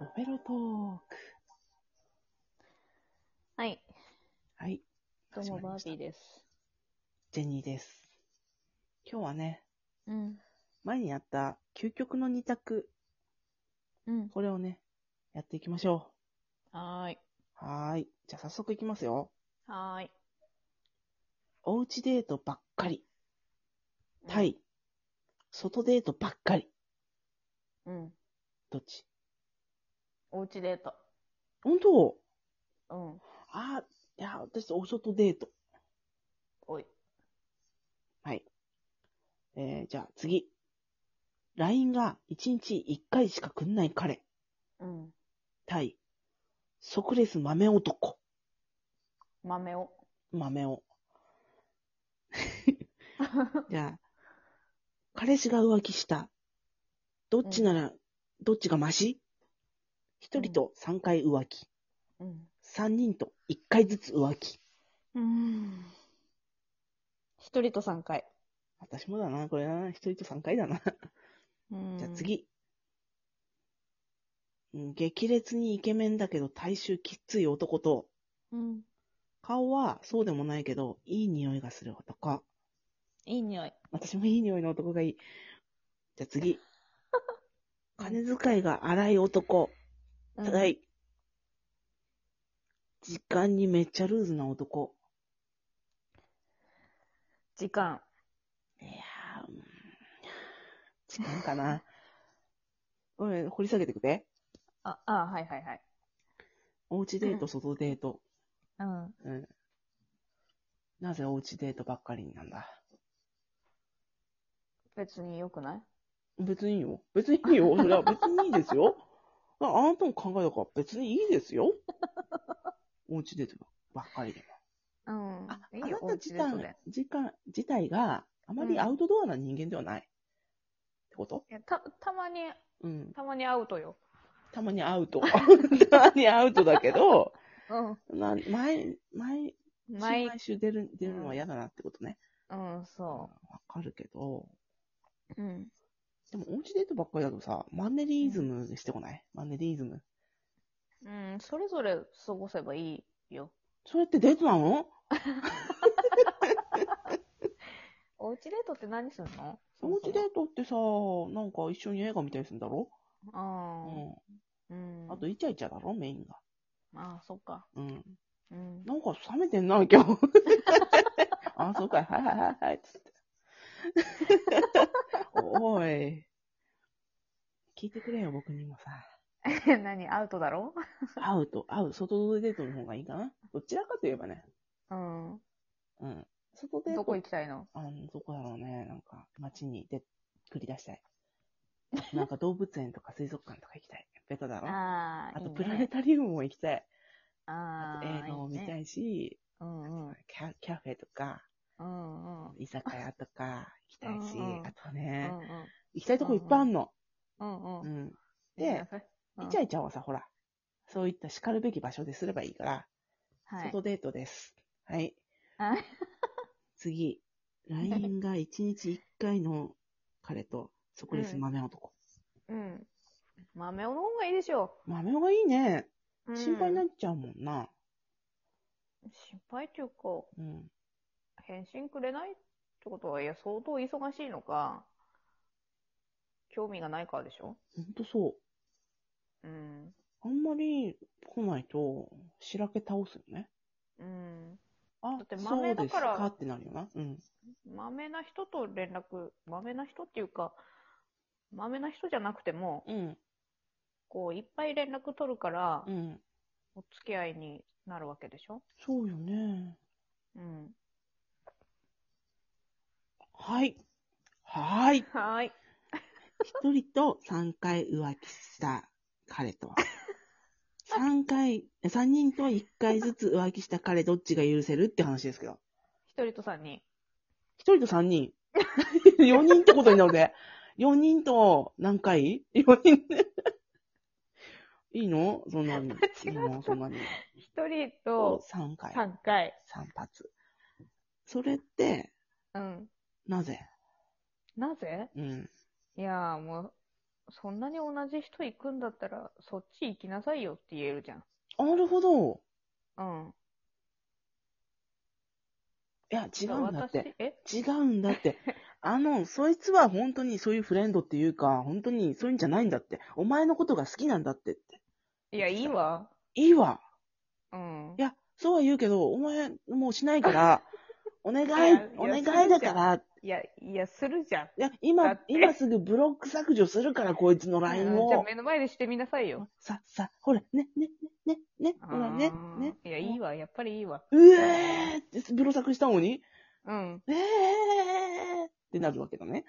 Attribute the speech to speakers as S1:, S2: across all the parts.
S1: オペロトーク。
S2: はい。
S1: はい。
S2: どうも、
S1: 始まり
S2: バ
S1: まし
S2: ー
S1: た
S2: ビーです。
S1: ジェニーです。今日はね、
S2: うん。
S1: 前にやった究極の二択、
S2: うん。
S1: これをね、やっていきましょ
S2: はーい。
S1: う。はーい。じゃあ早速いきますよ。
S2: はーい。
S1: おうちデートばっかり。対、外デートばっかり。
S2: うん。
S1: どっち
S2: おうちデート。
S1: 本当
S2: うん。
S1: あー、いや、私、お外デート。
S2: おい。
S1: はい。えー、じゃあ次。LINE が1日1回しかくんない彼。
S2: うん。
S1: 対、即レス豆男。
S2: 豆 を。
S1: 豆を。じゃあ、彼氏が浮気した。どっちなら、どっちがマシ一人と3回浮気。
S2: うん。
S1: 三人と1回ずつ浮気。
S2: うん。一人と三回。
S1: 私もだな、これな。一人と3回だな。
S2: うん
S1: じゃあ。次。うん激烈にイケメンだけど体臭きっつい男と、
S2: うん。
S1: 顔はそうでもないけど、いい匂いがする男。
S2: いい匂い。
S1: 私もいい匂いの男がいい。じゃあ 次。金遣いが荒い男。
S2: うん
S1: は。い。時間にめっちゃルーズな男。
S2: 時間。
S1: いやー、うん時間かな。ごめん、掘り下げてくれ。
S2: あ、あ、はいはいはい。
S1: おうちデー
S2: う
S1: ト、
S2: ん
S1: 外デート。
S2: うん。
S1: うん。なぜおうちデートばっかりなんだ。
S2: 別に良くない
S1: 別にいいよ。別にいい よ。それは別にいいですよ。ああなたの考えだから別にいいです よ。おうちデートばっかりで。
S2: うん
S1: あ、
S2: いい
S1: あな
S2: よ、お
S1: た
S2: うち
S1: 自
S2: デートで
S1: 体。自体自体があまりアウトドアな人間ではない。ってこと
S2: いや、た、たまに、
S1: うん。
S2: たまにアウトよ。
S1: たまにア ウト。たまにアウトだけど、
S2: うん。
S1: な毎毎
S2: 毎
S1: 毎、週出る出るのは嫌だなってことね。
S2: うん、
S1: うんわ
S2: そ、
S1: かるけど、
S2: う。うん。
S1: でもおうちデートばっかりだとさ、マンネリズムしてこない、マンネリズム。
S2: うん、それぞれ過ごせばいいよ。
S1: それってデートなの
S2: おうちデートって何すんの
S1: おうちデートってさ、なんか一緒に映画見たりするんだろ、う
S2: あ
S1: ん、
S2: あ。うん。
S1: あとイチャイチャだろメインが。
S2: ああ、そっか。
S1: うん。
S2: うん。
S1: なんか冷めてんな、今日。 あ、そうかい、はいはいはいはい、つって。おい。聞いてくれよ、僕にもさ。
S2: 何アウトだろ
S1: 会うと、会う、外デートの方がいいかな。どちらかといえばね。
S2: うん。
S1: うん。外デート。
S2: どこ行きたいの
S1: あの、どこだろうね。なんか、街に出、繰り出したい。なんか動物園とか水族館とか行きたい。ベタだろ。あ
S2: あ
S1: と、
S2: あ、いいね
S1: プラネタリウムも行きたい。
S2: ああ、
S1: 映画を見
S2: い
S1: た
S2: ね。
S1: いし、
S2: うんうん。
S1: キャキャフェとか、
S2: うんうん。
S1: 居酒屋とか行きたいし、
S2: うんうん
S1: あと
S2: う
S1: ね、
S2: んうん。
S1: 行きたいとこいっぱいあんの。
S2: うん
S1: う
S2: うん。
S1: ん。
S2: いい
S1: で
S2: ね、、それうん
S1: イチャイチャはさ、ほら、そういった叱るべき場所ですればいいから、
S2: はい。
S1: 外デートです。はい。
S2: あ
S1: 次、LINE が1日1回の彼と、そこです
S2: うん
S1: 豆男。
S2: うん。豆をの方がいいでしょ。
S1: 豆男がいいね。
S2: うん
S1: 心配になっちゃうもんな。
S2: 心配っていうか、
S1: うん。
S2: 返信くれないってことは、いや、相当忙しいのか、興味がないからでしょ
S1: ほんとそう。
S2: うん。
S1: あんまり来ないと、しらけ倒すよね。
S2: うん。
S1: あ、
S2: だって豆だ
S1: そ
S2: から
S1: うですかってなるよな。うん。
S2: まめな人と連絡、まめな人っていうか、まめな人じゃなくても、
S1: うん。
S2: こう、いっぱい連絡取るから
S1: う、ん。
S2: お付き合いになるわけでしょ
S1: そうよね。
S2: うん。
S1: はい。はーい。
S2: はーい。
S1: 一人と3回浮気した彼 とは。3回、3人と1回ずつ浮気した彼どっちが許せるって話ですけど。
S2: 一人と三人。
S1: 一人と3人。4人ってことになるで。4人と何回 ?4 人で。いいのそんなに。い
S2: た
S1: いのそんなに。
S2: 一人と
S1: 3回。3
S2: 三回。
S1: 発。それって、
S2: うん。
S1: なぜ
S2: なぜ
S1: うん。
S2: いやーもう、そんなに同じ人行くんだったら、そっち行きなさいよって言えるじゃん。
S1: なるほど。
S2: うん。
S1: いや、違うんだって。
S2: 私。え
S1: 違うんだ って。あの、そいつは本当にそういうフレンドっていうか、本当にそういうんじゃないんだって。お前のことが好きなんだってって。
S2: いや、いいわ。
S1: いいわ。
S2: うん。
S1: いや、そうは言うけど、お前もうしない から、お願
S2: い
S1: い
S2: や、
S1: お
S2: いや
S1: 願いだから。い
S2: いや、いや、するじゃん。
S1: や、
S2: だ
S1: 今
S2: って、
S1: 今すぐブロック削除するから、こいつの
S2: う
S1: LINE
S2: んじゃあ
S1: を。
S2: 目の前でしてみなさいよ。
S1: さ、さ、ほら、ね、ね、ね、ね、ね、ほらね、ね。
S2: うんいや、いいわ。やっぱりいいわ。
S1: うえーって、ブロ作したのに、
S2: うん。
S1: えーってなるわけだね。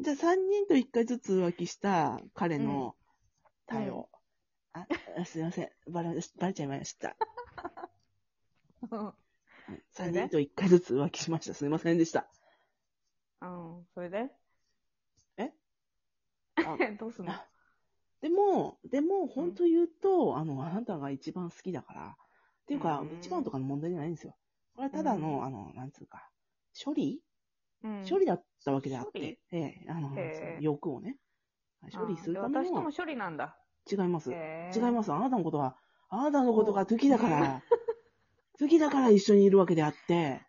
S1: じゃあ3人と1回ずつ浮気した彼の対応。あ、すいません。バレ、バレちゃいました。
S2: うん。
S1: 3人と1回ずつ浮気しました。すいませんでした。
S2: うん。それで
S1: え
S2: どうすんの
S1: あでも、でも、本当言うと、あの、あなたが一番好きだから。っていうか、
S2: うん
S1: 一番とかの問題じゃないんですよ。これはただの、あの、なんつうか、処理、
S2: うん
S1: 処理だったわけであっ
S2: 処理
S1: て、ええ、あの、
S2: へえ
S1: 欲をね、処理するため
S2: あで私と
S1: の
S2: も、処理なんだ。
S1: 違います。
S2: へ
S1: 違い
S2: ー
S1: ます。あなたのことは、あなたのことが好きだ から、好きだから一緒にいるわけであって、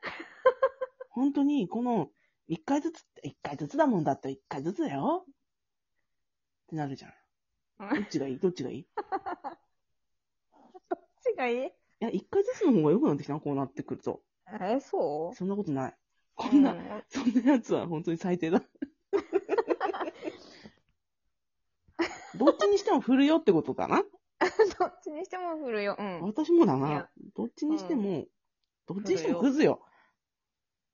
S1: 本当にこの、一回ずつって、一回ずつだもんだって一回ずつだよってなるじゃん。
S2: うん
S1: どっちがいいどっちがいいい
S2: どっちがいい
S1: や、一回ずつの方が良くなってきたな、こうなってくると。
S2: え、そう
S1: そんなことない。こんな、
S2: う
S1: そんなやつは本当に最 低だ。どっちにしても振るよってことかな
S2: どっちにしても振るよ。うん。
S1: 私もだ
S2: い
S1: な
S2: や。
S1: どっちにしても、どっちにしても
S2: 振
S1: クズよ。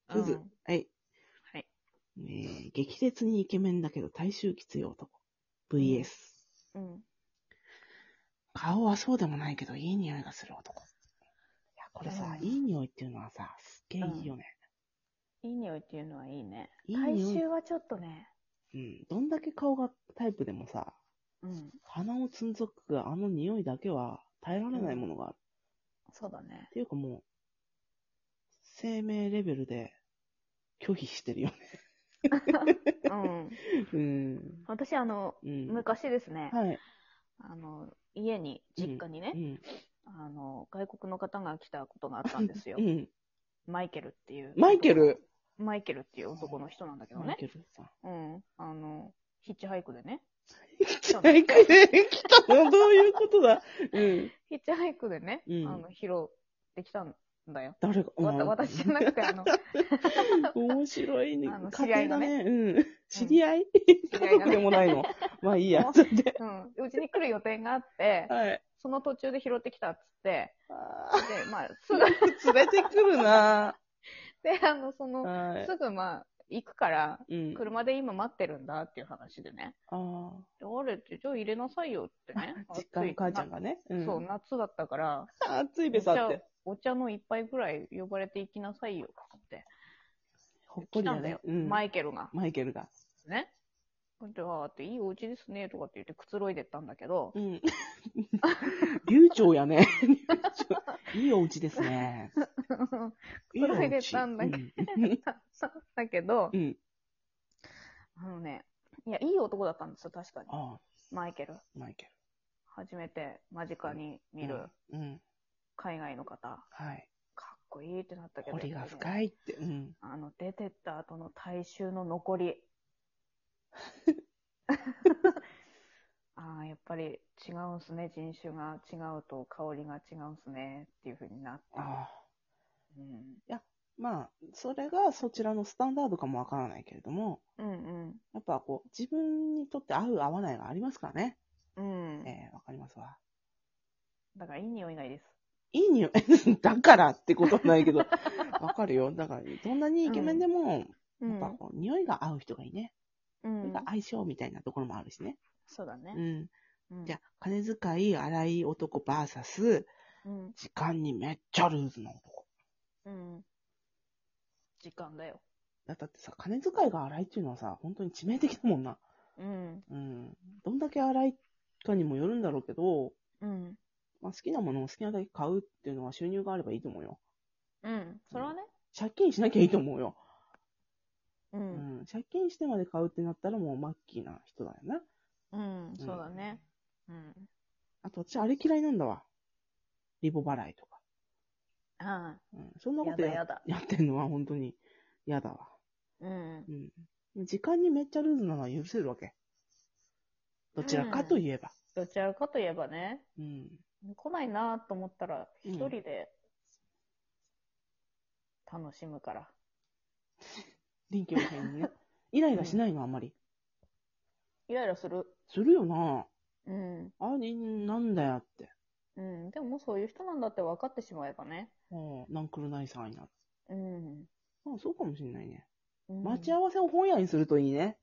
S1: クズ。
S2: うん
S1: はい。
S2: は
S1: え
S2: い。
S1: ー激烈にイケメンだけど体臭き強い男。VS。
S2: うん。い
S1: 顔はそうでもないけど、いい匂いがする男。いや、これさ、
S2: うん
S1: いい匂いっていうのはさ、すっげえいいよね。
S2: い匂いっていうのはいいね。
S1: いい
S2: 体
S1: 匂い
S2: 臭はちょっとね。
S1: うん。どんだけ顔がタイプでもさ、
S2: うん。
S1: 鼻をつんぞくあの匂いだけは耐えられないものがある。
S2: そうだね
S1: っ。ていうかもう、生命レベルで拒否してるよね。
S2: うん。
S1: うん。
S2: 私、あの、
S1: うん。
S2: 昔ですね、
S1: はい。
S2: あの、家に、実家にね
S1: う、ん。
S2: あの、外国の方が来たことがあったんですよ
S1: う。ん。
S2: マイケルっていう。
S1: マイケル
S2: マイケルっていう男の人なんだけど
S1: マイ
S2: ね。
S1: ケルさん。
S2: うん。あの、ヒッチハイクでね。
S1: ヒッチハイクで来たのどういうことだうん。
S2: ヒッチハイクでね、
S1: うん
S2: あの、拾ってきたんだよ。
S1: 誰が、
S2: わた
S1: うん
S2: 私じゃなくて、あ の、
S1: 面白いね
S2: あの。
S1: 家庭だね。うん。知り合い
S2: 知り合
S1: 家
S2: いが
S1: 族
S2: ね
S1: でもないの。まあいいや
S2: も。う
S1: それで。
S2: うん、うちに来る予定があって、
S1: はい。
S2: その途中で拾ってきたっつって、
S1: あ
S2: で、 まあ、すぐ、
S1: ー連れてくるな
S2: で、あの、その、
S1: は
S2: すぐまあ、行くから、
S1: い。うん。
S2: 車で今待ってるんだっていう話でね。
S1: あー
S2: であれって、じゃあ入れなさいよって ね。
S1: 実家の母ちゃん
S2: が、
S1: がね。う
S2: なそう、
S1: ん。
S2: 夏だったから、
S1: 暑いべ
S2: お
S1: さ
S2: 茶
S1: って。
S2: お茶の一杯ぐらい呼ばれて行きなさいよって。
S1: ほっこ
S2: 来
S1: り
S2: た
S1: だ
S2: んだ
S1: ね
S2: よ。。
S1: うん。
S2: マイケルが。
S1: マイケルが。
S2: ね。で、わーって、いいお家ですね、とかって言ってくつろいでったんだけど、
S1: うん。流暢やね。いいお家です ね。
S2: くつろいでたんだけ
S1: いい
S2: ど、だけど
S1: お家う、ん。うん。
S2: あのね、いや、いい男だったんですよ、確かに。
S1: あ
S2: マイケル。
S1: あ、マイケ
S2: 初めて間近に
S1: ル。
S2: 見る
S1: うん。うん。
S2: 海外の方、
S1: はい。
S2: かっこいいってなったけど。
S1: 彫りが
S2: い。
S1: 深いって。うん。
S2: あの、出てった後の大衆の残り。ああ、やっぱり違うんすね、人種が違うと香りが違うんすね、っていう風になって。
S1: ああ。
S2: うん
S1: まあ、それがそちらのスタンダードかもわからないけれども、
S2: うん
S1: やっぱこう、自分にとって合う合わないがありますからね。
S2: うん。うん。
S1: ええわかりますわ。
S2: だからいい匂いがいいです。
S1: いい匂い、 だからってことは ないけど、わかるよ。だから、どんなにイケメンでも、
S2: う
S1: やっぱ
S2: ん。
S1: こう、匂いが合う人がいいね。
S2: うん
S1: それが相性みたいなところもあるしね。
S2: そうだね
S1: う。ん。
S2: うん
S1: じゃあ、金遣い荒い男バーサス、
S2: うん。
S1: 時間にめっちゃルーズな男。
S2: うん。時間だよ。
S1: だだってさ、金遣いが荒いっていうのはさ、本当に致命的だもんな。
S2: うん。
S1: うん。どんだけ荒いかにもよるんだろうけど、
S2: うん。
S1: まあ、好きなものを好きなだけ買うっていうのは収入があればいいと思うよ。
S2: うん。それはね、
S1: 借金しなきゃいいと思うよ。
S2: う。
S1: うんん。借金してまで買うってなったらもうマッキーな人だよな。
S2: うん、そうだね。うん。
S1: あと私あれ嫌いなんだわ。リボ払いとか。
S2: あ
S1: うん。そんなことや
S2: やだやだ
S1: やってんのは本当に嫌だわ。
S2: あ、うん。
S1: うん。時間にめっちゃルーズなのは許せるわけ。どちらかといえば。
S2: どちらかといえばね、
S1: うん。
S2: 来ないなと思ったら、
S1: うん
S2: 一人で楽しむから。
S1: 臨機応変にね。イライラしないの、あんまり。
S2: イライラする。
S1: するよな
S2: うん。
S1: あれ、なんだよって。
S2: うん。でももうそういう人なんだって分かってしまえばね。
S1: ああ、なんくるないさんになる。
S2: うん。
S1: ああ、そうかもしんないね。
S2: うん
S1: 待ち合わせを本屋にするといいね。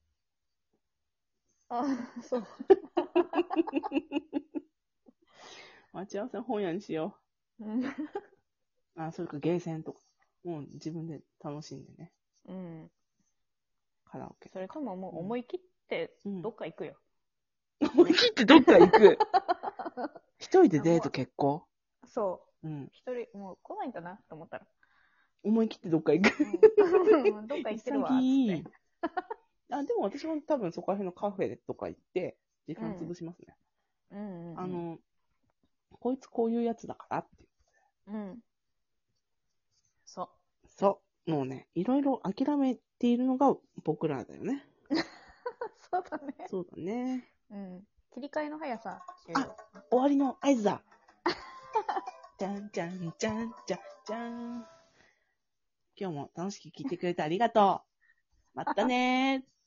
S2: あ、そう。
S1: 待ち合わせを本屋にしよ
S2: うん。
S1: う。ああ、それかゲーセンとか。もう自分で楽しんでね。
S2: うん。
S1: カラオケ。
S2: それとももう思い切って
S1: うん
S2: どっか行くよ。
S1: 思い切ってどっか行 く。一人でデート結構
S2: そ
S1: うん
S2: う。。一人、もう来ないんだなと思 ったら。
S1: 思い切ってどっか行く。
S2: うんどっか行ってるわ。
S1: 潔
S2: っ
S1: い
S2: て。
S1: あ、でも私も多分そこら辺のカフェとか行って、時間潰しますね。
S2: うんうん。
S1: あ、の、こいつこういうやつだからって。
S2: うん。そ
S1: そう。もうね、いろいろ諦めているのが僕らだよね。
S2: う。 そうだね。
S1: そうだね。
S2: うん。切り替えの速さ。
S1: あ終わりの合図だじゃんじゃんじゃんじゃんじゃん。今日も楽しく聞いてくれてありがとう。またねー。